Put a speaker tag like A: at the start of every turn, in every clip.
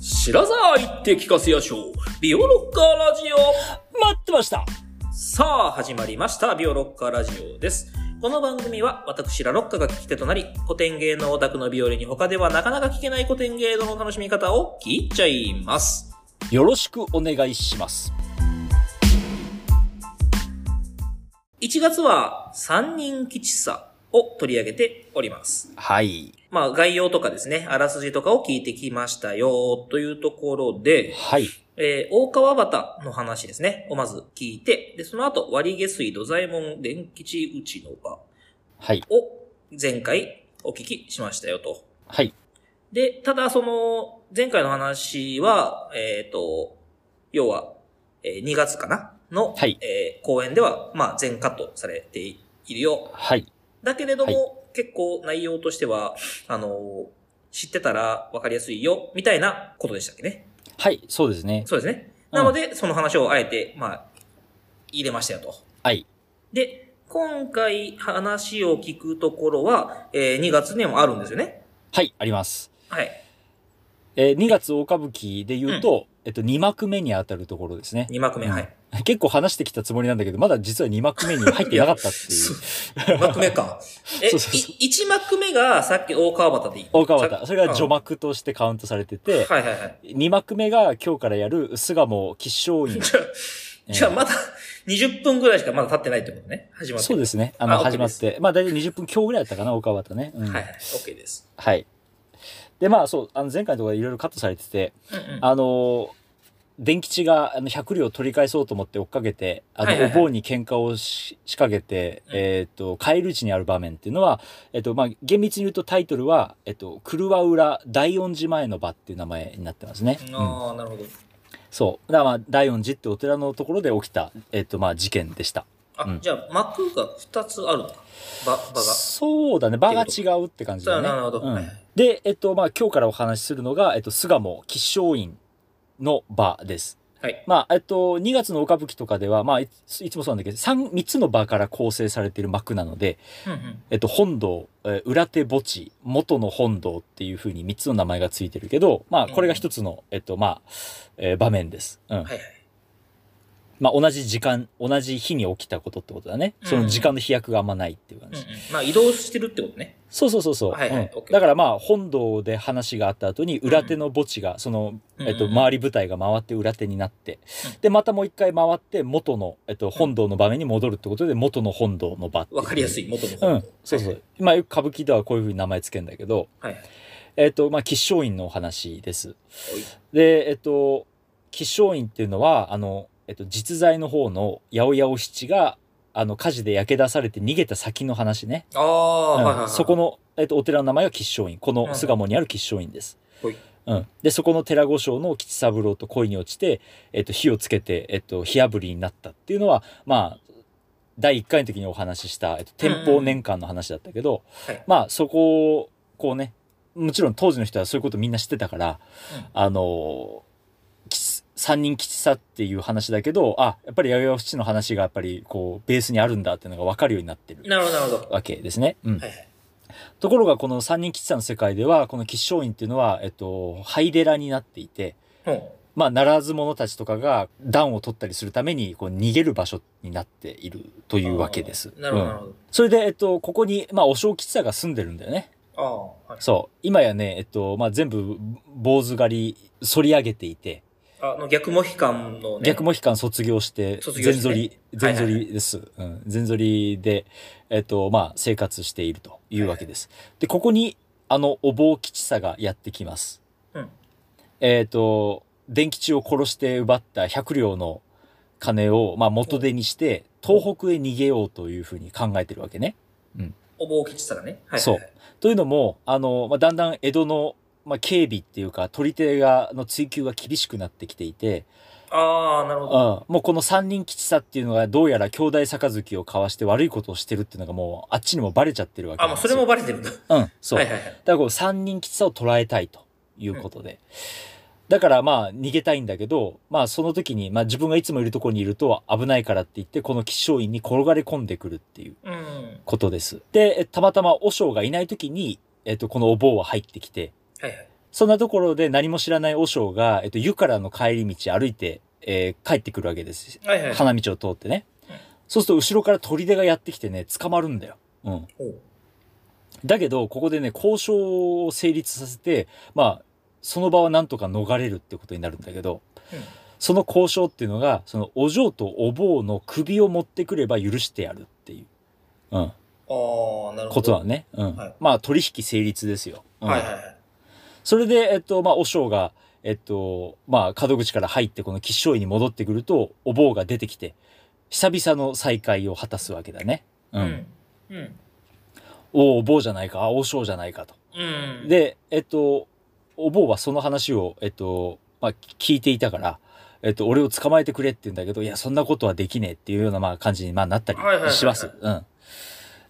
A: 白沢行って聞かせやしょう。ビオロッカーラジオ。
B: 待ってました
A: さあ、始まりました。ビオロッカーラジオです。この番組は私らロッカが聞き手となり、古典芸能オタクのビオレに他ではなかなか聞けない古典芸能の楽しみ方を聞いちゃいます。
B: よろしくお願いします。
A: 1月は3人吉さを取り上げております。
B: はい。
A: まあ、概要とかですね、あらすじとかを聞いてきましたよ、というところで、
B: はい。
A: えー大川端の話ですね、をまず聞いて、で、その後、割下水土左衛門伝吉内の場
B: はい。
A: を前回お聞きしましたよと。
B: はい。
A: で、ただその、前回の話は、えっ、と、要は、え2月かなの、
B: はい
A: えー公演では、まあ、全カットされているよ
B: はい。
A: だけれども、
B: は
A: 結構内容としては、あの、知ってたら分かりやすいよ、みたいなことでしたっけね。
B: はい。そうですね。
A: そうですね。
B: うん
A: なので、その話をあえて、まあ、入れましたよと。
B: はい。
A: で、今回話を聞くところは、えー2月にもあるんですよね。
B: はい。あります。
A: はい。
B: えー、2月大歌舞伎で言うと、えっと、2幕目に当たるところですね。
A: 2幕目、
B: うん
A: はい。
B: 結構話してきたつもりなんだけど、まだ実は2幕目には入ってなかったって いう。
A: 2幕目 か。え、
B: そうそうそ
A: 1幕目がさっき大川端でいい
B: 大川端。それが序
A: 幕
B: 幕としてカウントされて
A: で、
B: て、
A: はいはいはい。
B: 2幕目が今日からやる巣鴨吉祥
A: じ
B: 院。
A: ゃあ、じゃあまだ20分ぐらいしかまだ経ってないってことね。始まって。
B: そうですね。あの、
A: あ OK
B: 始まって。まあ、大体20分強ぐらいだったかな、大川端ね。うん
A: はいはい。OK です。
B: はい。で、まあ、そう、あの、前回のところいろいろカットされてて、
A: うんうん
B: あの、電吉があの100両取り返そうと思って追っかけて、あ
A: は
B: の、
A: いはいはい
B: お盆に喧嘩をし仕掛けて、
A: うん
B: えっ、と、帰る地にある場面っていうのは、えっ、と、まあ、厳密に言うとタイトルは、えっ、と、車浦大恩寺前の場っていう名前になってますね。うん、
A: ああ、なるほど。
B: そう。だから、まあ、大恩寺ってお寺のところで起きた、えっ、と、まあ、事件でした。
A: あ、
B: うん
A: じゃあ幕が2つあるのか。ば、場が。
B: そうだね。場が違うって感じだね。
A: なるほど。
B: う
A: は
B: ん
A: いはい
B: で、えっと、まあ、今日からお話しするのが、えっと、巣鴨吉祥院の場です。
A: はい。
B: まあ、えっと、2月の大歌舞伎とかでは、まあ、いついつもそうなんだけど、3、三つの場から構成されている幕なので、
A: うんうん
B: えっと、本堂、えー裏手墓地、元の本堂っていうふうに3つの名前がついてるけど、まあ、これが1つの、えっと、まあ、えー場面です。うん。
A: はいはい。
B: まあ、同じ時間、同じ日に起きたことってことだね。その時間の飛躍があんまないっていう感
A: うんう
B: じ。
A: んまあ移動してるってことね。
B: そうそうそうそう。
A: はいはい
B: うん
A: OK
B: だからまあ本堂で話があった後に裏手の墓地が、その、えっと、
A: うん
B: 周り舞台が回って裏手になって、
A: うん
B: でまたもう一回回って元の、えっと、本堂の場面に戻るってことで元の本堂の場ってう
A: わかりやすい、元の
B: う
A: 方。
B: ん、そうそう。まあよく歌舞伎ではこういうふうに名前つけんだけど、
A: はいはい。
B: えっと、まあ、吉祥院のお話です。
A: おい
B: で、えっと、吉祥院っていうのは、あの、えっと、実在の方の八百八七が、あの、火事で焼け出されて逃げた先の話ね。
A: ああ、はいはいはい。
B: そこの、えっと、お寺の名前は吉祥院こ
A: うんう
B: の
A: ん
B: 巣鴨にある吉祥院です、
A: はい
B: うん、でそこの寺御所の吉三郎と恋に落ちて、えっと、火をつけて、えっと、火炙りになったっていうのはまあ第1回の時にお話しした、えっと、天保年間の話だったけど、
A: はい
B: まあそこをこうねもちろん当時の人はそういうことみんな知ってたから、
A: うん
B: あの吉三人吉さっていう話だけどあやっぱり八百屋七の話がやっぱりこうベースにあるんだっていうのが分かるようになってる
A: なるほど、なるほど。
B: わけですね。うん
A: はいはい。
B: ところがこの三人吉さんの世界ではこの吉祥院っていうのは、えっと、灰寺になっていて、
A: ほ
B: まあ、ならず者たちとかが暖を取ったりするためにこう逃げる場所になっていると
A: う
B: いうわけです
A: あ。ーなるほど、
B: う
A: なんるほど。
B: それで、えっと、ここに、まあ、お正吉さんが住んでるんだよね。
A: ああ、はい。
B: そう。今やね、えっと、まあ、全部、坊主狩り、反り上げていて、
A: あの、逆モヒカンのね。
B: 逆モヒカン卒業して、
A: 卒業
B: 全
A: して
B: 反
A: ね
B: り、全反りです。うん。全反りで、えっと、まあ、生活しているというわけです。で、ここに、あの、お坊吉さんがやってきます。
A: うん。
B: えっ、と、電吉を殺して奪った100両の金を、まあ、元手にして、東北へ逃げようというふうに考えてるわけね。
A: お坊吉さがね。はいはいはい。
B: そうというのも、あの、まあ、だんだん江戸の、まあ、警備っていうか、取り手が、の追及が厳しくなってきていて、
A: ああ、なる
B: うん、
A: ほど。
B: もうこの三人吉さっていうのが、どうやら兄弟杯を交わして悪いことをしてるっていうのが、もう、あっちにもバレちゃってるわけ
A: あ、
B: なん
A: もう
B: です
A: そ
B: よ
A: れもバレてるんだ。は
B: うん、そう。
A: いはいはい。
B: だからこう三人吉さを捉えたいということで、だからまあ逃げたいんだけど、まあ、その時に、まあ、自分がいつもいるところにいると危ないからって言ってこの吉祥院に転がり込んでくるっていう
A: うん。
B: ことです。でえたまたま和尚がいない時に、えっと、このお坊は入ってきて
A: はいはい。
B: そんなところで何も知らない和尚が、えっと、湯からの帰り道歩いて、えー帰ってくるわけです。
A: はいはい。
B: 花道を通ってね
A: うん。
B: そうすると後ろから砦がやってきてね、捕まるんだよ。うん。
A: ほう
B: だけど、ここでね、交渉を成立させて、まあ、その場はなんとか逃れるってことになるんだけど、
A: うん
B: その交渉っていうのが、そのお嬢とお坊の首を持ってくれば許してやるっていう、う
A: あ
B: ん、
A: あ、なるほど。
B: ことなのね。うん。
A: はい
B: まあ、取引成立ですよ。うん
A: はいはいはい。
B: それで、えっと、まあ、和尚が、えっと、まあ、門口から入って、この吉祥院に戻ってくると、お坊が出てきて、久々の再会を果たすわけだね。うん。
A: うん。うん。
B: おお、坊じゃないか、あ和尚じゃないかと。
A: うん、
B: で、えっと、お坊はその話を、えっと、まあ、聞いていたから、えっと、俺を捕まえてくれって言うんだけど、いや、そんなことはできねえっていうような、まあ、感じに、まあ、なったり
A: はいはいはい
B: します。うん。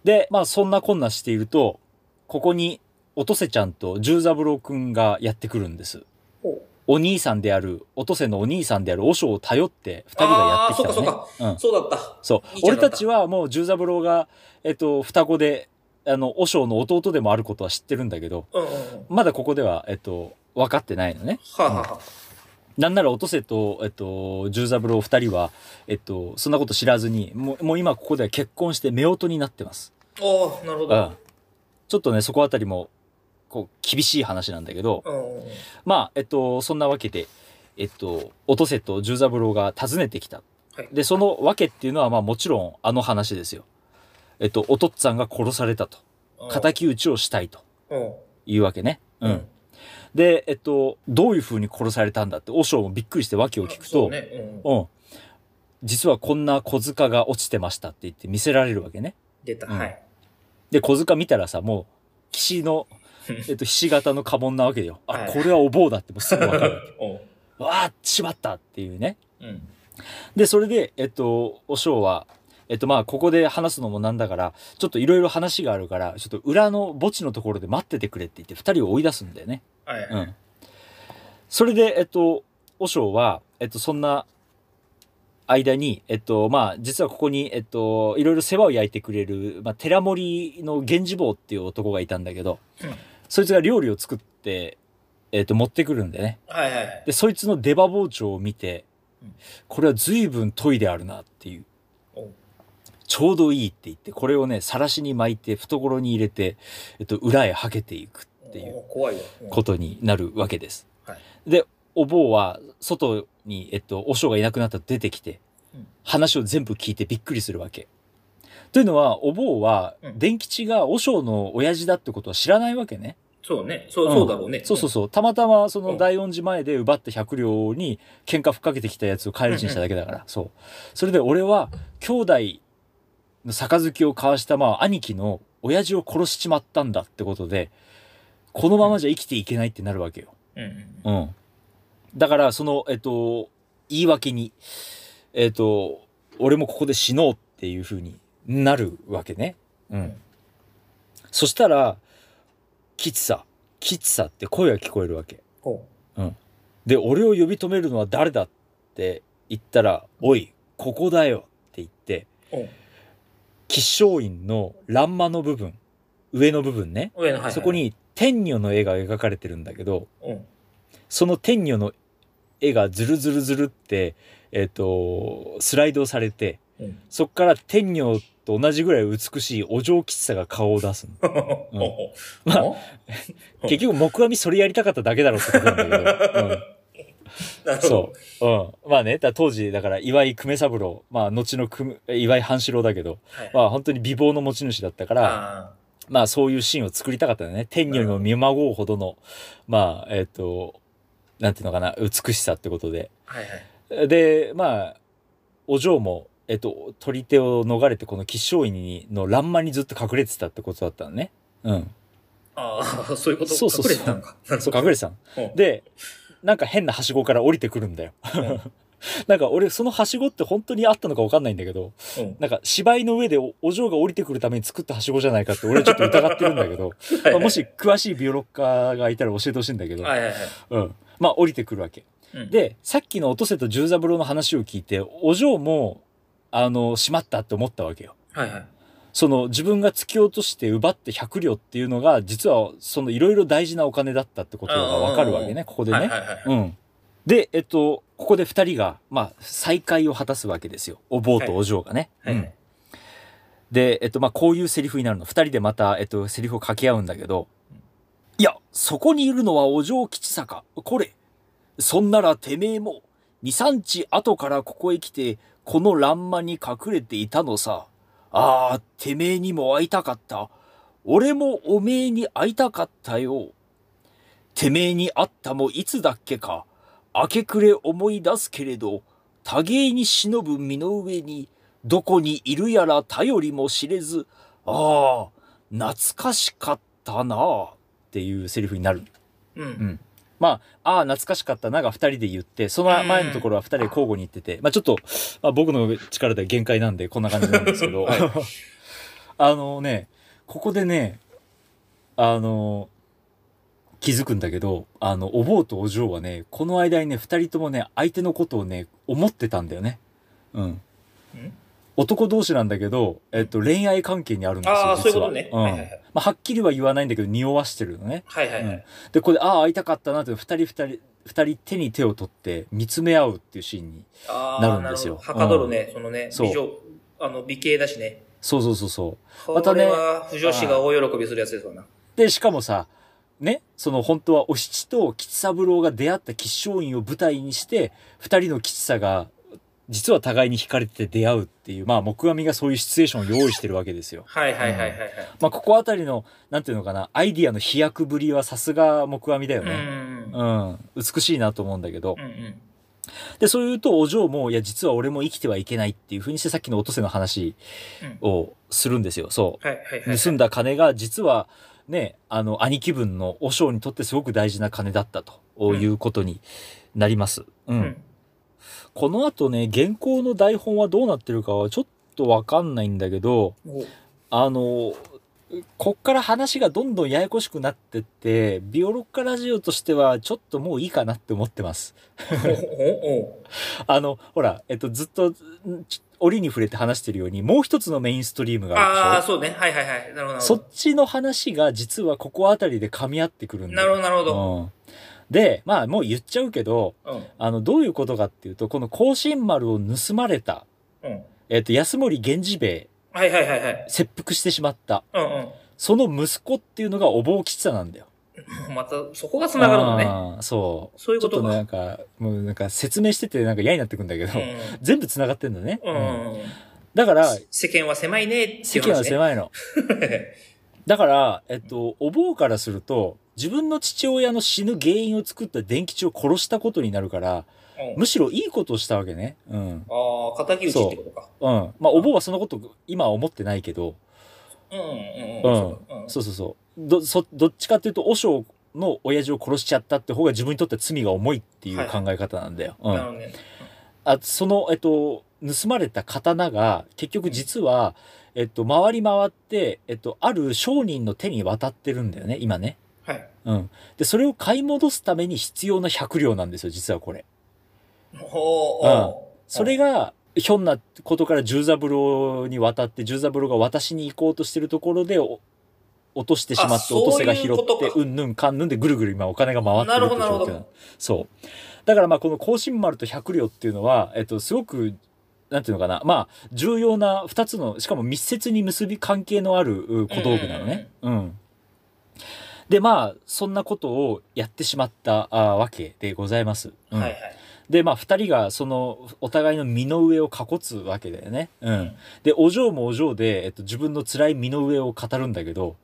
B: で、まあ、そんなこんなしていると、ここに、おとせちゃんと十三郎くんがやってくるんです。
A: ほう
B: お兄さんである、おとせのお兄さんである、おしょを頼って、二人がやってきたのね。
A: あーそっか
B: そうん。
A: そうだった。
B: そう
A: いい。じゃん
B: 俺たちはもう十三郎が、えっと、双子で、あの、おしょの弟でもあることは知ってるんだけど、
A: うんうんうん。
B: まだここでは、えっと、分かってないのね。
A: はあ、はあは
B: なんなら、おとせと、えっと、十三郎二人は、えっと、そんなこと知らずに、もう、もう今ここでは結婚して、夫婦になってます。
A: あ、おーなるほ
B: う
A: ど。
B: ん。ちょっとね、そこあたりも、こう、厳しい話なんだけど、
A: うんうんうん。
B: まあ、えっと、そんなわけで、えっと、おとせと十三郎が訪ねてきた。
A: はい
B: で、そのわけっていうのは、まあ、もちろん、あの話ですよ。えっと、おとっつぁんが殺されたと。敵討ちをしたいと
A: うん。
B: いうわけね。
A: う
B: うんん。。で、えっと、どういう風に殺されたんだって、和尚もびっくりして訳を聞く
A: そ
B: と、
A: うね。うん。
B: うん。実はこんな小塚が落ちてましたって言って見せられるわけね。
A: 出た。
B: うん
A: はい。
B: で、小塚見たらさ、もう、岸の、えっと、ひし形の家紋なわけよ。
A: は
B: あ、
A: い
B: これはお坊だってもうすぐわかる わけ。
A: おう
B: わあ、しまったっていうね。
A: うん。
B: で、それで、えっと、お尚は、えっと、まあ、ここで話すのもなんだから、ちょっといろいろ話があるから、ちょっと裏の墓地のところで待っててくれって言って、二人を追い出すんだよね。。
A: はいう
B: ん。それで、えっと、和尚は、えっと、そんな間に、えっと、まあ、実はここに、えっと、いろいろ世話を焼いてくれる、まあ、寺森の源氏坊っていう男がいたんだけど、
A: うん
B: そいつが料理を作って、えっと、持ってくるんでね。
A: はいはいはい。
B: で、そいつの出刃包丁を見て
A: うん、
B: これは随分研いであるなっていう。
A: おう
B: ちょうどいいって言って、これをね、さらしに巻いて、懐に入れて、えっと、裏へはけていくっていう
A: お。怖いよ。うん
B: ことになるわけです。
A: はい
B: で、お坊は外に、えっと、お尚がいなくなったと出てきて
A: うん、
B: 話を全部聞いてびっくりするわけ。というのは、お坊は
A: う、ん
B: 伝吉がお尚の親父だってことは知らないわけね。
A: そうね。そう、
B: うん
A: そうだろうね。
B: そうそうそう。たまたま、そ
A: うん
B: の大恩寺前で奪った百両に喧嘩ふっかけてきたやつを帰り討ちにしただけだから。そう。それで俺は、兄弟の杯を交わした、まあ、兄貴の親父を殺しちまったんだってことで、このままじゃ生きていけないってなるわけよ。
A: うん。うんうん。
B: うん。だから、その、えっと、言い訳に、えっと、俺もここで死のうっていう風になるわけね。うん。そしたら、キツサ、キツサって声が聞こえるわけ。
A: ほ
B: で、俺を呼び止めるのは誰だって言ったら、おい、ここだよって言って、
A: う。おう
B: 吉祥院の欄間の部分、上の部分ね。
A: 上の、はいはい。
B: そこ。に天女の絵が描かれてるんだけど、
A: うん。
B: その天女の絵がズルズルズルって、えっ、と、スライドされて、
A: うん。
B: そこから天女と同じぐらい美しいお嬢喫茶が顔を出すの。
A: おお
B: まあ
A: おうん
B: 結局、木阿弥それやりたかっただけだろうってことなんだけど。うん
A: なるほど
B: そ。う。うん。まあね、だから当時、だから岩井久米三郎、まあ後の久米岩井半四郎だけど、
A: はい
B: まあ本当に美貌の持ち主だったから、
A: あ
B: まあそういうシーンを作りたかったよね。天女にも見まごうほどの、まあ、えっ、と、なんていうのかな、美しさってことで。
A: あ。はいはい。
B: で、まあ、お嬢も、えっと、取り手を逃れて、この吉祥院にの欄間にずっと隠れてたってことだったのね。うん。
A: ああ、そういうこと。
B: そうそうそう
A: 隠れてたんか。なるほ
B: そう、
A: ど
B: 隠れてたの。
A: うん
B: で、なんか変なはしごから降りてくるんだよ。 なんか俺、そのはしごって本当にあったのかわかんないんだけど、
A: うん
B: なんか芝居の上でおお嬢が降りてくるために作ったはしごじゃないかって俺はちょっと疑ってるんだけど、
A: はい
B: まあもし詳しいビオロッカーがいたら教えてほしいんだけど、
A: はいはいはい。
B: うん。まあ降りてくるわけ。
A: うん、
B: で、さっきのおとせと十三郎の話を聞いて、お嬢も、あの、しまったって思ったわけよ。
A: はいはい。
B: その自分が突き落として奪って100両っていうのが、実はそのいろいろ大事なお金だったってことがわかるわけね、ここでね。
A: はいはいはいはい。
B: うん。で、えっと、ここで二人が、まあ、再会を果たすわけですよ。お坊とお嬢がね。
A: はいは
B: うん
A: い。
B: で、えっと、まあ、こういうセリフになるの。二人でまた、えっと、セリフを掛け合うんだけど、いや、そこにいるのはお嬢吉坂。これ。そんならてめえも、二三日後からここへ来て、この欄間に隠れていたのさ。ああ、てめえにも会いたかった。俺もおめえに会いたかったよ。てめえに会ったもいつだっけか。明け暮れ思い出すけれど、多芸に忍ぶ身の上に、どこにいるやら頼りも知れず、ああ、懐かしかったなあ、っていうセリフになる。
A: うん。
B: まあ、ああ、懐かしかったなが二人で言って、その前のところは二人で交互に言ってて、まあちょっと、まあ、僕の力では限界なんでこんな感じなんですけど、
A: はい
B: あのね、ここでね、あの、気づくんだけど、あの、お坊とお嬢はね、この間にね、二人ともね、相手のことをね、思ってたんだよね。うん。男同士なんだけど、えっと、恋愛関係にあるんですよ、実
A: あ
B: は。
A: あ、そういうことね。
B: うん
A: はいはいはい。
B: まあ、はっきりは言わないんだけど、匂わしてるのね。
A: はいはいはい。
B: で、ここで、ああ、会いたかったなって、二人二人、二人手に手を取って見つめ合うっていうシーンに。
A: あ
B: な
A: あ、
B: るんですよ
A: なほどはかどるね、そのね、
B: そう
A: 美女、あの、美形だしね。
B: そうそうそうそう。
A: こ
B: またね
A: れは、不女子が大喜びするやつですわな。
B: で、しかもさ、ね、その本当はお七と吉三郎が出会った吉祥院を舞台にして、二人の吉三が、実は互いに惹かれて出会うっていう、まあ、木阿弥がそういうシチュエーションを用意してるわけですよ。
A: はいはいはいはいはい。
B: まあ、ここあたりの、なんていうのかな、アイディアの飛躍ぶりはさすが木阿弥だよ
A: うんう
B: ね。
A: んうん。
B: うん、美しいなと思うんだけど
A: う。んうん。
B: で、そう言うと、お嬢も、いや、実は俺も生きてはいけないっていうふうにして、さっきの落とせの話をするんですよ。そ
A: はいはいは
B: う。
A: い。
B: 盗んだ金が、実は、ね、あの、兄貴分のお嬢にとってすごく大事な金だったということになります。うん。
A: うん。
B: この後ね、原稿の台本はどうなってるかはちょっとわかんないんだけど、
A: お
B: あの、こっから話がどんどんややこしくなってって、ビオロッカラジオとしてはちょっともういいかなって思ってます。
A: おお
B: あの、ほら、えっと、ずっと、んち折に触れて話してるように、もう一つのメインストリームが
A: あ あ、
B: あるでし
A: そうね。はいはいはい。なるほどな
B: ょ。
A: る
B: そ
A: ほ
B: っ
A: ど。
B: ちの話が実はここあたりで噛み合ってくるんだ
A: なるほどなるほ
B: ほ
A: ど。
B: うん。で、まあもう言っちゃうけど、
A: うん。
B: あの、どういうことかっていうと、この甲信丸を盗まれた、
A: うん。
B: えっと、安森源氏兵衛、
A: はいはいはいはい。
B: 切腹してしまった、
A: うんうん。
B: その息子っていうのがお坊吉三なんだよ。
A: また、そこが繋がるのね。
B: ね。そう。
A: そういうこと
B: ちょっと
A: か
B: ねなんか、もうなんか説明しててなんか嫌になってくんだけど、全部繋がってんだね。
A: うん。うんうん。
B: だから、
A: 世間は狭いねってい
B: 世
A: う
B: 間
A: 話
B: は
A: ね。
B: 狭いの。だから、えっと、お坊からすると、自分の父親の死ぬ原因を作った伝吉を殺したことになるから、
A: うん
B: むしろいいことをしたわけね。うん。
A: ああ、敵討ちってことか。
B: うん。まあ、お坊はそのこと、今は思ってないけど、
A: うんうんうん
B: う
A: んそう。うん
B: そうそうそう。ど、そ、どっちかっていうと、和尚の親父を殺しちゃったって方が自分にとっては罪が重いっていう考え方なんだよ。う
A: なんる。ほどね。
B: あその、えっと、盗まれた刀が、結局実は、えっと、回り回って、えっと、ある商人の手に渡ってるんだよね、今ね。
A: はい。
B: うん。で、それを買い戻すために必要な100両なんですよ、実はこれ。
A: ほう
B: うん
A: おう。
B: それが、ひょんなことから十三郎に渡って、十三郎が私に行こうとしてるところで、お落としてし
A: あ
B: まって、落とせが
A: そう
B: 拾
A: いう
B: っ
A: こと
B: て
A: か、
B: うんぬんかんぬんでぐるぐる今お金が回ってるっていう
A: なる
B: 状
A: ほど
B: 況
A: なる
B: なのそう。だからまあこの甲信丸と百両っていうのは、えっと、すごく、なんていうのかな、まあ、重要な二つの、しかも密接に結び関係のあるう小道具なのね。うん。で、まあ、そんなことをやってしまったあわけでございます。うん
A: はいはい。
B: で、まあ、二人が、その、お互いの身の上を囲つわけだよね。うん。で、お嬢もお嬢で、えっと、自分の辛い身の上を語るんだけど、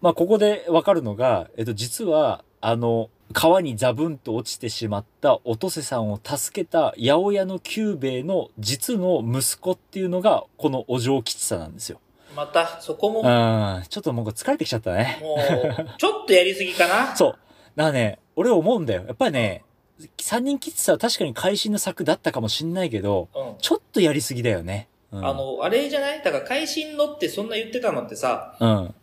B: まあ、ここでわかるのが、えっと、実は、あの、川にザブンと落ちてしまったおとせさんを助けた八百屋の久兵衛の実の息子っていうのが、このお嬢吉さなんですよ。
A: また、そこ
B: う
A: も、
B: ん。
A: も
B: ちょっともう疲れてきちゃったね。
A: う、ちょっとやりすぎかな。
B: そう。だからね、俺思うんだよ。やっぱりね、三人吉さは確かに会心の作だったかもしんないけど、
A: うん。
B: ちょっとやりすぎだよね。うん、
A: あ、の、あれじゃないだから、会心のってそんな言ってたのってさ、
B: うん。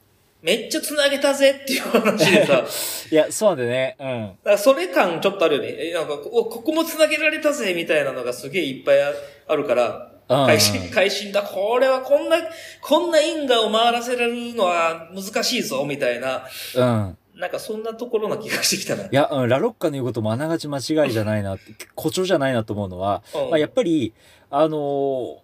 A: めっちゃ繋げたぜっていう話でさ、だか
B: いや、そうなんだよね。うん。
A: らそれ感ちょっとあるよね。え、なんか、おここも繋げられたぜみたいなのがすげえいっぱいああるから、
B: うん
A: 会心、会心だ。これはこんな、こんな因果を回らせられるのは難しいぞ、みたいな。
B: うん。
A: なんかそんなところな気がしてきたな。
B: いや、うん、ラロッカの言うこともあながち間違いじゃないなって、誇張じゃないなと思うのは、
A: うん
B: まあ、やっぱり、あのー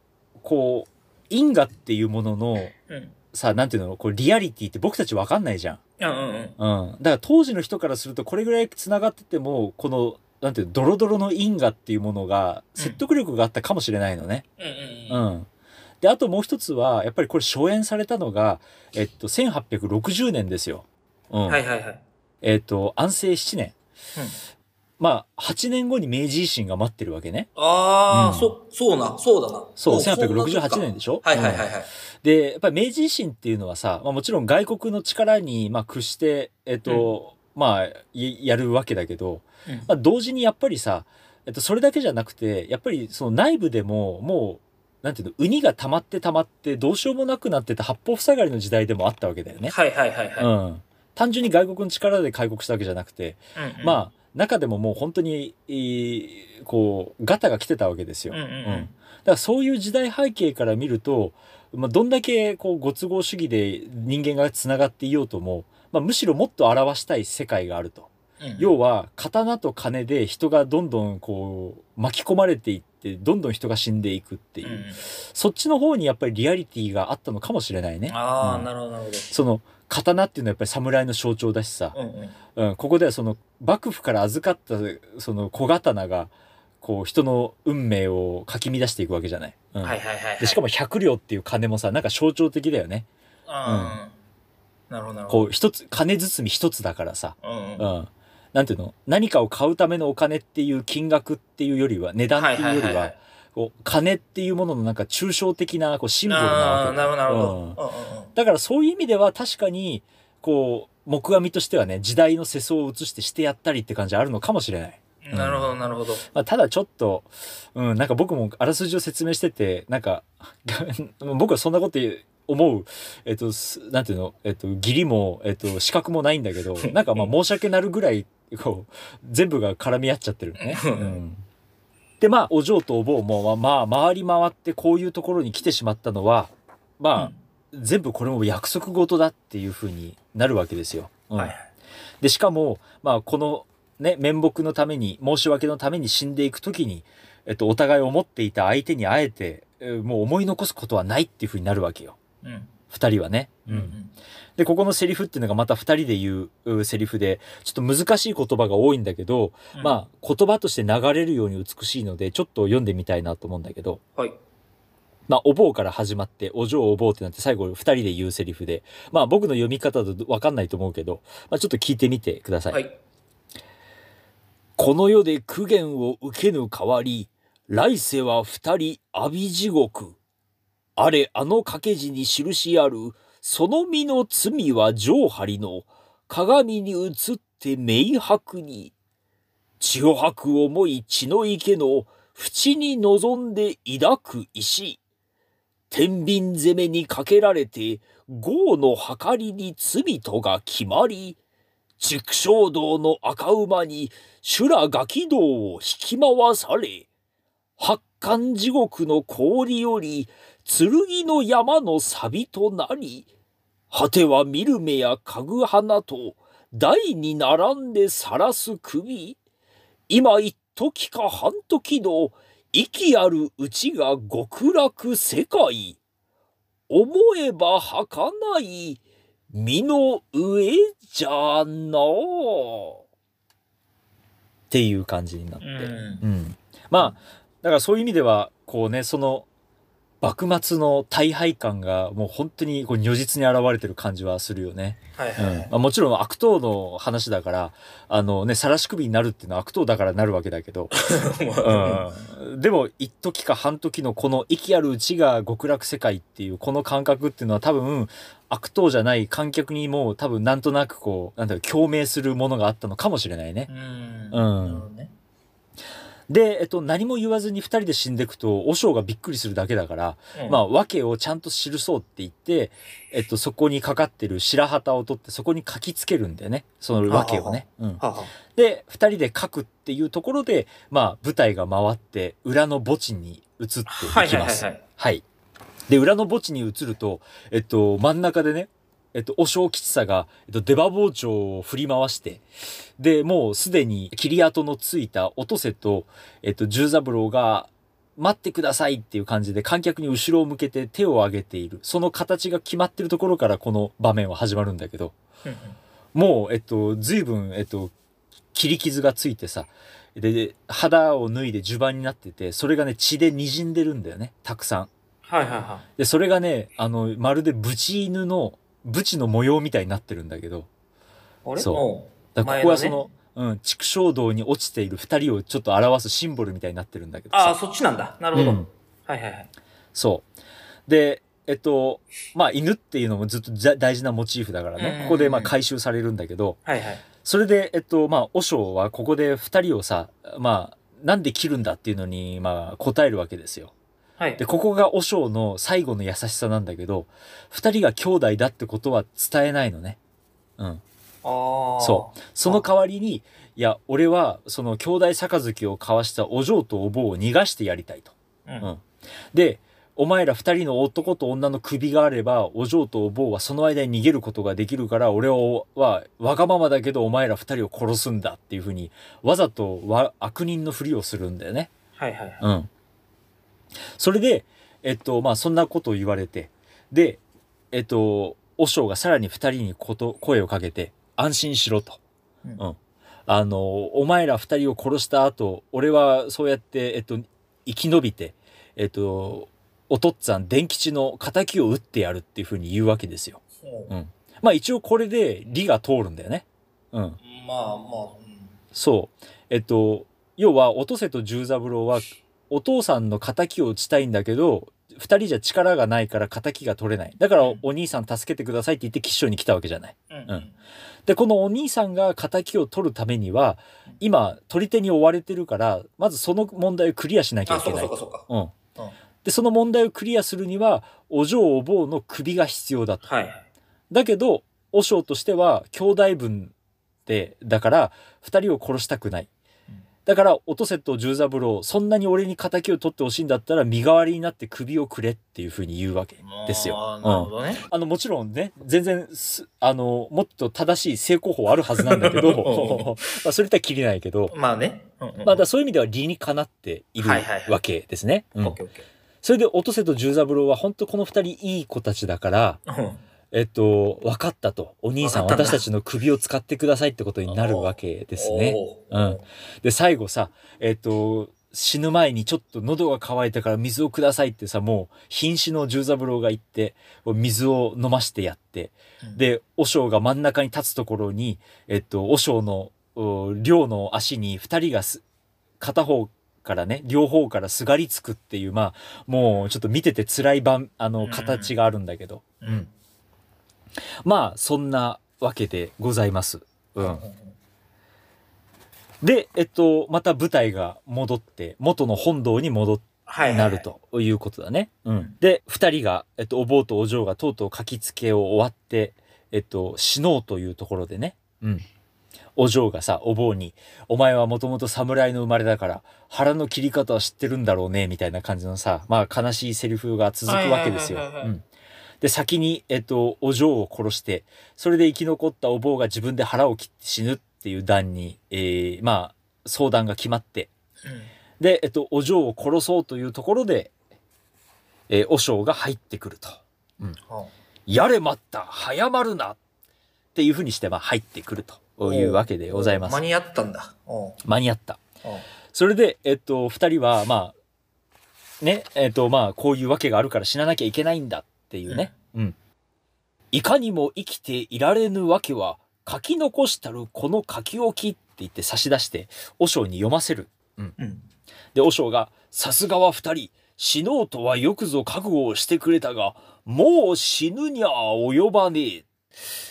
B: こう、因果っていうものの、
A: うん。
B: さ、なんていうの、こう、リアリティって僕たちわかんないじゃん。
A: うんうんうん。
B: うん。だから当時の人からすると、これぐらい繋がってても、この、なんていうの、ドロドロの因果っていうものが、
A: うん
B: 説得力があったかもしれないのね。
A: うんうん
B: う
A: うん。
B: ん。で、あともう一つは、やっぱりこれ初演されたのが、えっと、1860年ですよ。うん。
A: はいはいはい。
B: えっと、安政7年。
A: うん
B: まあ、8年後に明治維新が待ってるわけね。
A: ああ、
B: うん
A: そ、そうな、そうだな。
B: そう、
A: ん
B: 1868年。でしょ
A: はいはい
B: うん
A: はいはい。
B: で、やっぱり明治維新っていうのはさ、まあもちろん外国の力に、まあ屈して、えっと、まあ、ややるわけだけど、
A: うん
B: まあ同時にやっぱりさ、えっと、それだけじゃなくて、やっぱりその内部でも、もう、なんていうの、ウニが溜まって溜まって、どうしようもなくなってた八方塞がりの時代でもあったわけだよね。
A: はいはいはいはい。
B: うん。単純に外国の力で開国したわけじゃなくて、
A: うんうん
B: まあ、中でももう本当に、えーこう、ガタが来てたわけですよ。
A: うんうん
B: う
A: うん
B: ん。だからそういう時代背景から見ると、まあ、どんだけこうご都合主義で人間がつながっていようとも、まあ、むしろもっと表したい世界があると。
A: うん
B: 要は刀と金で人がどんどんこう巻き込まれていってどんどん人が死んでいくっていう、
A: うんうん
B: そっちの方にやっぱりリアリティがあったのかもしれないね。
A: ああ、
B: うん
A: なるほどなるほど。
B: その刀っていうのはやっぱり侍の象徴だしさ、
A: うんうん
B: うん、ここではその幕府から預かったその小刀がこう人の運命をかき乱していくわけじゃない。うん
A: はいはいはいはい。
B: でしかも100両っていう金もさなんか象徴的だよね
A: あーなるほどなるほ
B: こう一つ金包み一つだからさ、
A: ど。うんうん
B: う。ん、なんていうの何かを買うためのお金っていう金額っていうよりは値段っていうよ
A: は
B: り
A: いはいはいは
B: はいこう金っていうもののなんか抽象的なこうシンボルなわ
A: あ
B: け
A: あ、なるほどなるほ
B: うん
A: ど。うんうんうん
B: だからそういう意味では確かにこう木阿弥としてはね時代の世相を移してしてやったりって感じあるのかもしれない、うん
A: なるほどなるほど。
B: まあ、ただちょっと、うん、なんか僕もあらすじを説明しててなんか 僕はそんなこと言う思う、えっと、すなんていうの、えっと、義理も、えっと、資格もないんだけ ど、なんかまあ申し訳なるぐらい、こう、全部が絡み合っちゃってるね。うんで、まあ、お嬢とお坊も、まあ、まあ、回り回ってこういうところに来てしまったのは、まあ、全部これも約束事だっていうふうになるわけですよ。うん
A: はいはい。
B: でしかも、まあ、この、ね、面目のために申し訳のために死んでいく時に、えっと、お互い思っていた相手に会えて、えーもう思い残すことはないっていうふうになるわけよ
A: うん
B: 二人はね。
A: うんうん
B: でここのセリフっていうのがまた二人で言ううセリフでちょっと難しい言葉が多いんだけど、
A: うん。
B: まあ言葉として流れるように美しいのでちょっと読んでみたいなと思うんだけど。
A: あ、はい。
B: まあ、お坊から始まって、お嬢お坊ってなって最後二人で言うセリフで、まあ僕の読み方だとわかんないと思うけど、まあちょっと聞いてみてください。
A: はい。
B: この世で苦言を受けぬ代わり、来世は二人阿鼻地獄。あれあの掛け字に印ある、その身の罪は上張の、鏡に映って明白に。血を吐く思い血の池の、淵に望んで抱く石。天秤攻めにかけられて、業の計りに罪とが決まり、畜生道の赤馬に修羅ガキ道を引き回され、八寒地獄の氷より剣の山の錆となり、果ては見る目やかぐ花と台に並んで晒す首。今一時か半時の息あるうちが極楽世界。思えば儚い身の上じゃなっていう感じになって。
A: うん
B: うん、まあだからそういう意味ではこうねその幕末の大敗感がもう本当にこう如実に現れてる感じはするよね、
A: はい
B: うん
A: はいはい
B: ま。あ、もちろん悪党の話だからあのね晒し首になるっていうのは悪党だからなるわけだけど、うん、でも一時か半時のこの息あるうちが極楽世界っていうこの感覚っていうのは多分悪党じゃない観客にも多分なんとなくこうなんだろう共鳴するものがあったのかもしれないね。
A: うん。
B: うん
A: なるほどね
B: で、えっと、何も言わずに二人で死んでいくと、和尚がびっくりするだけだから、
A: うん
B: まあ、訳をちゃんと記そうって言って、えっと、そこにかかってる白旗を取って、そこに書きつけるんだよね。その訳をね。うん。
A: はあは
B: で、二人で書くっていうところで、まあ、舞台が回って、裏の墓地に移っていき
A: あ
B: ます。
A: はいはいはいはい。
B: はい。で、裏の墓地に移ると、えっと、真ん中でね、えっと、お正吉さが、えっと、出刃包丁を振り回して、で、もうすでに切り跡のついたおとせと、えっと、十三郎が、待ってくださいっていう感じで観客に後ろを向けて手を上げている。その形が決まってるところからこの場面は始まるんだけど、
A: うんうん
B: もう、えっと、随分、えっと、切り傷がついてさ、で、で肌を脱いで襦袢になってて、それがね、血で滲んでるんだよね、たくさん。
A: はいはいは
B: で、それがね、あの、まるでブチ犬の、ブチの模様みたいになってるんだけど、
A: い。あれ
B: そう
A: そ
B: だからここはそ
A: 前の
B: の、うん、畜生道に落ちている二人をちょっと表すシンボルみたいになってるんだけど
A: ああ、
B: さ。
A: そっちなんだ。なるほど。
B: うん
A: はいはいはい。
B: そう。で、えっと、まあ、犬っていうのもずっとじゃ大事なモチーフだか
A: う
B: ら
A: んうんう
B: ね
A: ん、
B: ここでまあ回収されるんだけど、
A: はいはい。
B: それで、えっと、まあ、和尚はここで二人をさ、まあ、なんで切るんだっていうのに、まあ、答えるわけですよ。
A: はい
B: で、。ここが和尚の最後の優しさなんだけど、二人が兄弟だってことは伝えないのね。うん。
A: ああ。
B: そう。その代わりに、いや、俺は、その兄弟杯を交わしたお嬢とお坊を逃がしてやりたいと。
A: うん。
B: うんで、お前ら二人の男と女の首があれば、お嬢とお坊はその間に逃げることができるから、俺は、わがままだけどお前ら二人を殺すんだっていうふうに、わざとわ悪人のふりをするんだよね。
A: はいはいはい。
B: うん。それで、えっと、まあ、そんなことを言われて、で、えっと、和尚がさらに二人にこと、声をかけて、安心しろと。
A: うん
B: あの、お前ら二人を殺した後、俺はそうやって、えっと、生き延びて、えっと、おとっつぁん、伝吉の仇を打ってやるっていうふうに言うわけですよ。
A: そう
B: まあ一応これで理が通るんだよね。うん。
A: まあまあ、うん
B: そう。えっと、要は、おとせと十三郎は、お父さんの仇を打ちたいんだけど、二人じゃ力がないから仇が取れない。だから
A: うん、
B: お兄さん助けてくださいって言って吉祥に来たわけじゃない。
A: うん
B: う。で、このお兄さんが仇を取るためには、今、取り手に追われてるから、まずその問題をクリアしなきゃ
A: あ、
B: い
A: そ
B: け
A: うか
B: な
A: そう
B: い
A: か。そうか。
B: うん
A: うん。
B: で、その問題をクリアするには、お嬢お坊の首が必要だと。
A: はいはい。
B: だけど、和尚としては兄弟分で、だから、二人を殺したくない
A: うん。
B: だから、おとせと十三郎、そんなに俺に仇を取ってほしいんだったら、身代わりになって首をくれっていうふうに言うわけですよ。
A: あーなるほどね。
B: あの、もちろんね、全然す、あの、もっと正しい正攻法あるはずなん だけど、まあ、それとは切りないけど、
A: まあね。うんうん
B: まあ、だからそういう意味では理にかなっている
A: はいはいはい
B: わけですね。
A: オ
B: うん
A: ッケーオッケ
B: それで、おとせと十三郎は、本当この二人いい子たちだから、
A: ー。うん
B: えっと、分かったと。お兄さん、
A: 分かったん
B: 私
A: だ
B: たちの首を使ってくださいってことになるわけですね。
A: おー
B: うんで、最後さ、えっと、死ぬ前にちょっと喉が渇いたから水をくださいってさ、もう、瀕死の十三郎が言って、水を飲ましてやって、
A: うん、
B: で、和尚が真ん中に立つところに、えっと、和尚の、お両の足に二人がす、片方からね、両方からすがりつくっていう、まあ、もうちょっと見てて辛い番、あ
A: うんう
B: の、
A: ん
B: 形があるんだけど。
A: うん。
B: まあ、そんなわけでございます。
A: う
B: う
A: ん
B: ん。で、えっと、また舞台が戻って、元の本堂に戻っ
A: はいはいはい。
B: なるということだね。うんん。で、二人が、えっと、お坊とお嬢がとうとう書きつけを終わって、えっと、死のうというところでね。うん。お嬢がさ、お坊に、お前はもともと侍の生まれだから、腹の切り方は知ってるんだろうね、みたいな感じのさ、まあ悲しいセリフが続くわけですよ。
A: はいはいはいはいうはい
B: ん。で、先に、えっと、お嬢を殺して、それで生き残ったお坊が自分で腹を切って死ぬっていう段に、えー、まあ、相談が決まって、
A: うん。
B: で、えっと、お嬢を殺そうというところで、えー、お嬢が入ってくると。
A: は
B: やれ待った早まるなっていうふうにして、まあ、入ってくるというわけでございま
A: あ間
B: す。
A: に合ったんだ。おう
B: 間に合った。
A: おう
B: それで、えっと、二人は、まあ、ね、えっと、まあ、こういうわけがあるから死ななきゃいけないんだっていうね。うん。いかにも生きていられぬわけは、書き残したるこの書き置きって言って差し出して、お嬢に読ませる。
A: うん。
B: で、和尚が、さすがは二人、死のうとはよくぞ覚悟をしてくれたが、もう死ぬにゃ及ばねえ。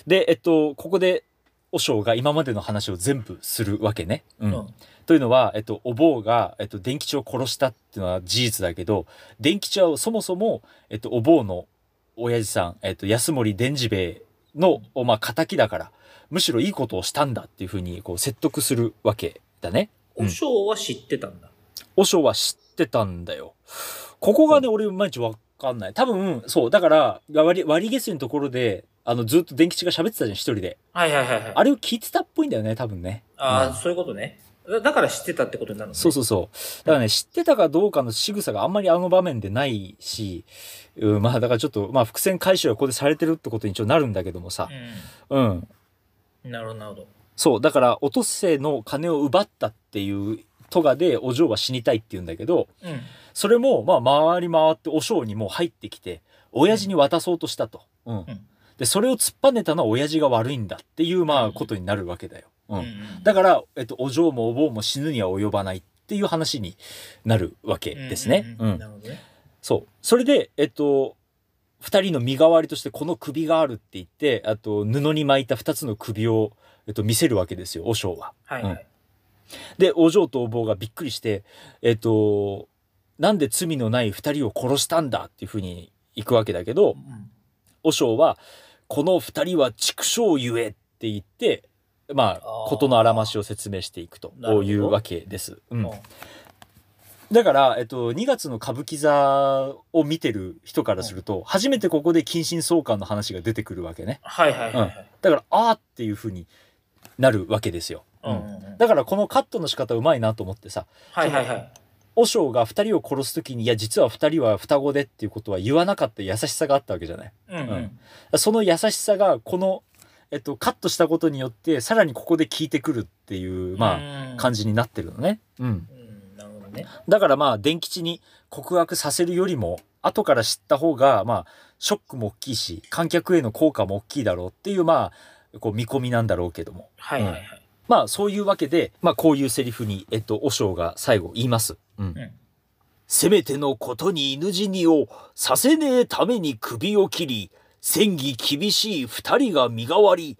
B: で、えっと、ここで、和尚が今までの話を全部するわけね。うん
A: うん
B: というのは、えっと、お坊が、えっと、伝吉を殺したっていうのは事実だけど伝吉はそもそも、えっと、お坊の親父さん、えっと、安森伝次兵衛の、まあ、敵だからむしろいいことをしたんだっていうふうにこう説得するわけだね。うん
A: 和尚は知ってたんだ。
B: 和尚は知ってたんだよ。ここがね、俺、毎日わかんない。多分、そう、だから、割り、割り下水のところで、あの、ずっと電吉が喋ってたじゃん、一人で。
A: はいはいはいはい。
B: あれを聞いてたっぽいんだよね、多分ね。
A: ああ、
B: うん
A: そういうことね。だだから知ってたってことになるのね。
B: そうそうそう。だからね、知ってたかどうかの仕草があんまりあの場面でないし、うん、まあ、だからちょっと、まあ、伏線回収がここでされてるってことに一応なるんだけどもさ。うん。
A: うん。なるほどなるほど。
B: そう、だから、おとせの金を奪ったっていう、トガでお嬢は死にたいって言うんだけど、
A: うん。
B: それも、まあ、回り回って、お尚にもう入ってきて、親父に渡そうとしたと。うん。
A: ん
B: で、それを突っぱねたのは親父が悪いんだっていう、ま
A: うん
B: あ、ことになるわけだよ。う。
A: うんん
B: だから、えっと、お嬢もお坊も死ぬには及ばないっていう話になるわけですね。
A: う
B: うん
A: うん
B: ん。
A: うんなるほどね。
B: そう。それで、えっと、二人の身代わりとしてこの首があるって言って、あと、布に巻いた二つの首を、えっと、見せるわけですよ、お尚は。
A: はいはい。
B: で、お嬢とお坊がびっくりして、えっ、と、なんで罪のない二人を殺したんだっていうふうに行くわけだけど、お尚は、この二人は畜生ゆえって言って、ま
A: あ
B: あ、
A: ー
B: ことのあらましを説明していくと
A: なるほど
B: いうわけです。う
A: うんん。
B: だから、えっと、2月の歌舞伎座を見てる人からすると、初めてここで近親相関の話が出てくるわけね。
A: はいはいはいはい。
B: だから、あーっていうふうになるわけですよ。
A: うんうん
B: うん
A: うん
B: だから、このカットの仕方うまいなと思ってさ、
A: はいはいはい。
B: 和尚が2人を殺す時にいや実は2人は双子でっていうことは言わなかった優しさがあったわけじゃない
A: うんうん。
B: その優しさがこの、えっと、カットしたことによってさらにここで効いてくるっていう、まあ、感
A: じ。
B: じになってるのね、うん、
A: うんなるほどね。
B: だからまあ伝吉に告白させるよりも後から知った方がまあショックも大きいし観客への効果も大きいだろうっていうまあこう見込みなんだろうけども
A: はいはいはい。
B: まあそういうわけで、まあ、こういうセリフに、えっと、和尚が最後言います。うん
A: うん
B: せめてのことに犬死にをさせねえために首を切り、戦議厳しい二人が身代わり、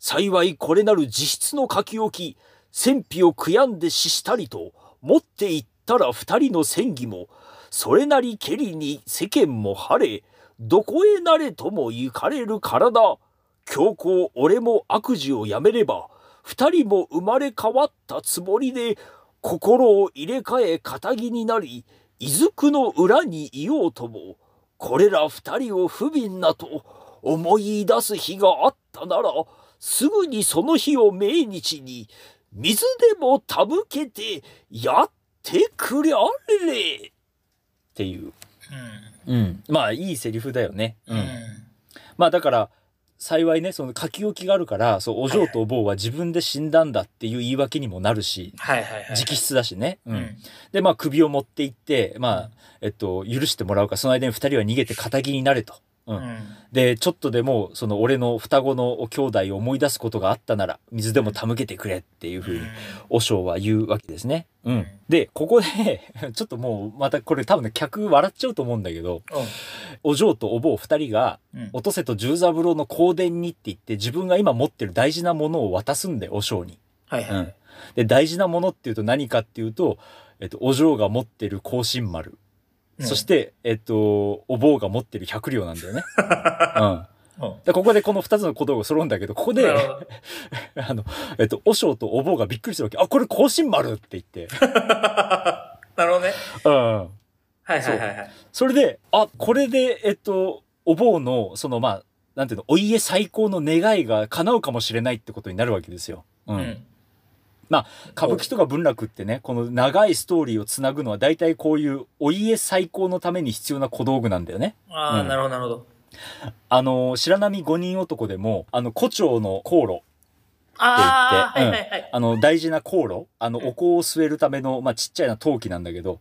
B: 幸いこれなる自筆の書き置き、戦費を悔やんで死したりと、持っていったら二人の戦議も、それなりけりに世間も晴れ、どこへなれとも行かれる体、強行俺も悪事をやめれば、二人も生まれ変わったつもりで、心を入れ替え仇になり、いずくの裏にいようとも、これら二人を不憫なと思い出す日があったなら、すぐにその日を命日に、水でもたぶけてやってくりゃれれ。っていう。うん。まあ、いいセリフだよね。
A: うん。うん。
B: まあだから幸いねその書き置きがあるからそうお嬢とお坊は自分で死んだんだっていう言い訳にもなるし
A: はいはいはい。
B: 直筆だしね、う
A: うんん。
B: でまあ首を持って行ってまあえっと許してもらうからその間に2人は逃げて敵になれと。うん
A: うん。
B: でちょっとでもその俺の双子の兄弟を思い出すことがあったなら水でも手向けてくれっていうふうに和尚は言うわけですね。うんん、でここで ちょっともうまたこれ多分ね客笑っちゃうと思うんだけどお嬢とお坊2人が
A: うんうん。
B: おとせと十三郎の香典にって言って自分が今持ってる大事なものを渡すんでお嬢に。
A: はいはいはい。、
B: で大事なものっていうと何かっていうと、えっと、お嬢が持ってる香辛丸、そしてて、えっと、お坊が持ってる百両なん だよね。うん、
A: うん
B: でここでこの二つのことが揃うんだけどここ
A: な
B: で
A: るほど
B: あの、えっと、お嬢とお坊がびっくりするわけ「あこれ香辛丸!」って言って、
A: なるほどね。
B: うん、
A: はいはいはいはい。
B: それであこれでえっとお坊のそのまあなんていうのお家最高の願いが叶うかもしれないってことになるわけですよ。うん
A: うん。
B: 歌舞伎とか文楽ってねこの長いストーリーをつなぐのは大体こういうお家最高のために必要な小道具なんだよね。
A: ああ、
B: うん
A: なるほどなるほど。
B: あの白波五人男でもあの胡蝶の香炉
A: ああ、は
B: っ
A: い
B: て言
A: は
B: って
A: いはい。
B: あの大事な香炉あのお香を据えるための、まあ、ちっちゃいな陶器なんだけど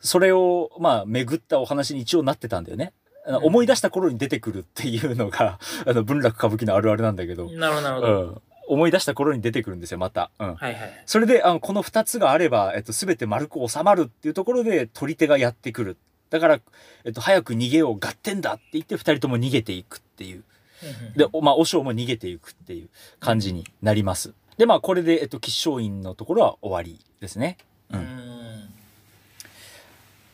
B: それをまあ巡ったお話に一応なってたんだよね。あの
A: うん
B: 思い出した頃に出てくるっていうのが あの文楽歌舞伎のあるあるなんだけど、
A: なるほどなるほ
B: う
A: ど。
B: ん、思い出した頃に出てくるんですよまた。う
A: は
B: ん、
A: いはい。
B: それで、あの、この二つがあれば、えっと、すべて丸く収まるっていうところで、取り手がやってくる。だから、えっと、早く逃げよう、合点だって言って、二人とも逃げていくっていう。で、おまあ、和尚も逃げていくっていう感じになります。で、まあ、これで、えっと、吉祥院のところは終わりですね。
A: う
B: うんん
A: うん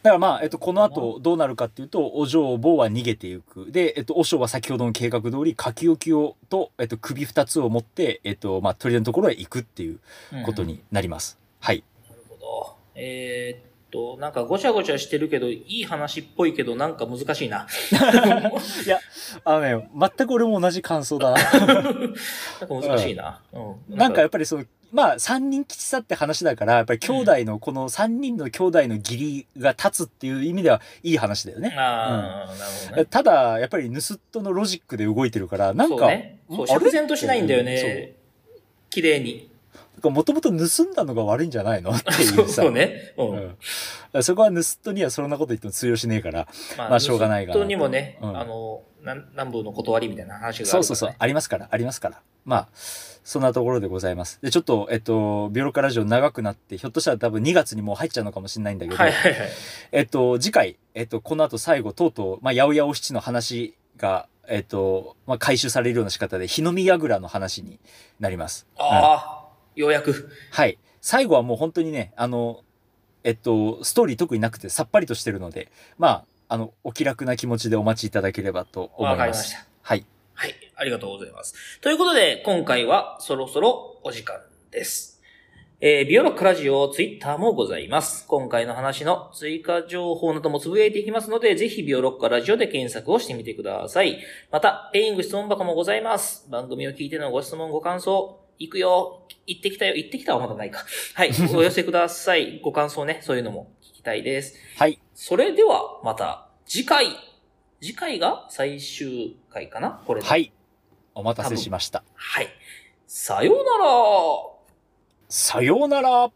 B: だからまあ、えっと、この後どうなるかっていうと、お嬢坊は逃げていく。で、えっと、お嬢は先ほどの計画通り、書き置きをと、えっと、首二つを持って、えっと、まあ、鳥のところへ行くっていう
A: うん
B: ことになります。はい。
A: なるほど。えーっと、なんかごちゃごちゃしてるけど、いい話っぽいけど、なんか難しいな。 なんか
B: いや、あのね、全く俺も同じ感想だな。
A: 難しいな。う
B: なんかやっぱりその、まあ、三人吉さって話だから、やっぱり兄弟の、この三人の兄弟の義理が立つっていう意味では、いい話だよね。
A: ああ、なるほどね。
B: ただ、やっぱり盗っ人のロジックで動いてるから、なん
A: そう
B: か、
A: ね。そう、
B: あれ
A: 釈然としないんだよね。綺麗に。
B: もともと盗んだのが悪いんじゃないのってい
A: そうう
B: さ。
A: そうね。う。
B: うんんそこは盗っ人にはそんなこと言っても通用しねえから。まあしょうがないが
A: 本当にもね、
B: うん
A: あの、なん南部の断りみたいな話があるから、
B: そ
A: ね。
B: うそうそう。ありますから、ありますから。まあ、そんなところでございます。で、ちょっと、えっと、ビオロカラジオ長くなって、ひょっとしたら多分2月にもう入っちゃうのかもしれないんだけど、
A: はいはいはい。
B: えっと、次回、えっと、この後最後、とうとう、まあ、八百屋お七の話が、えっと、まあ、回収されるような仕方で、日の見櫓の話になります。うん
A: ああ、ようやく。
B: はい。最後はもう本当にね、あの、えっと、ストーリー特になくてさっぱりとしてるので、まあ、あの、お気楽な気持ちでお待ちいただければと思い
A: わかり
B: ま。
A: ますした。
B: はい。
A: はい、ありがとうございます。ということで、今回はそろそろお時間です。えー、ビオロックラジオ、ツイッターもございます。今回の話の追加情報などもつぶやいていきますので、ぜひビオロッカラジオで検索をしてみてください。また、ペイング質問箱もございます。番組を聞いてのご質問、ご感想、行くよ、行ってきたよ、行ってきたはまだないか。はい、お寄せください。ご感想ね、そういうのも聞きたいです。
B: はい。
A: それでは、また次回。次回が最終回かなこれで
B: はい。お待たせしました。
A: はい。さようなら
B: さようなら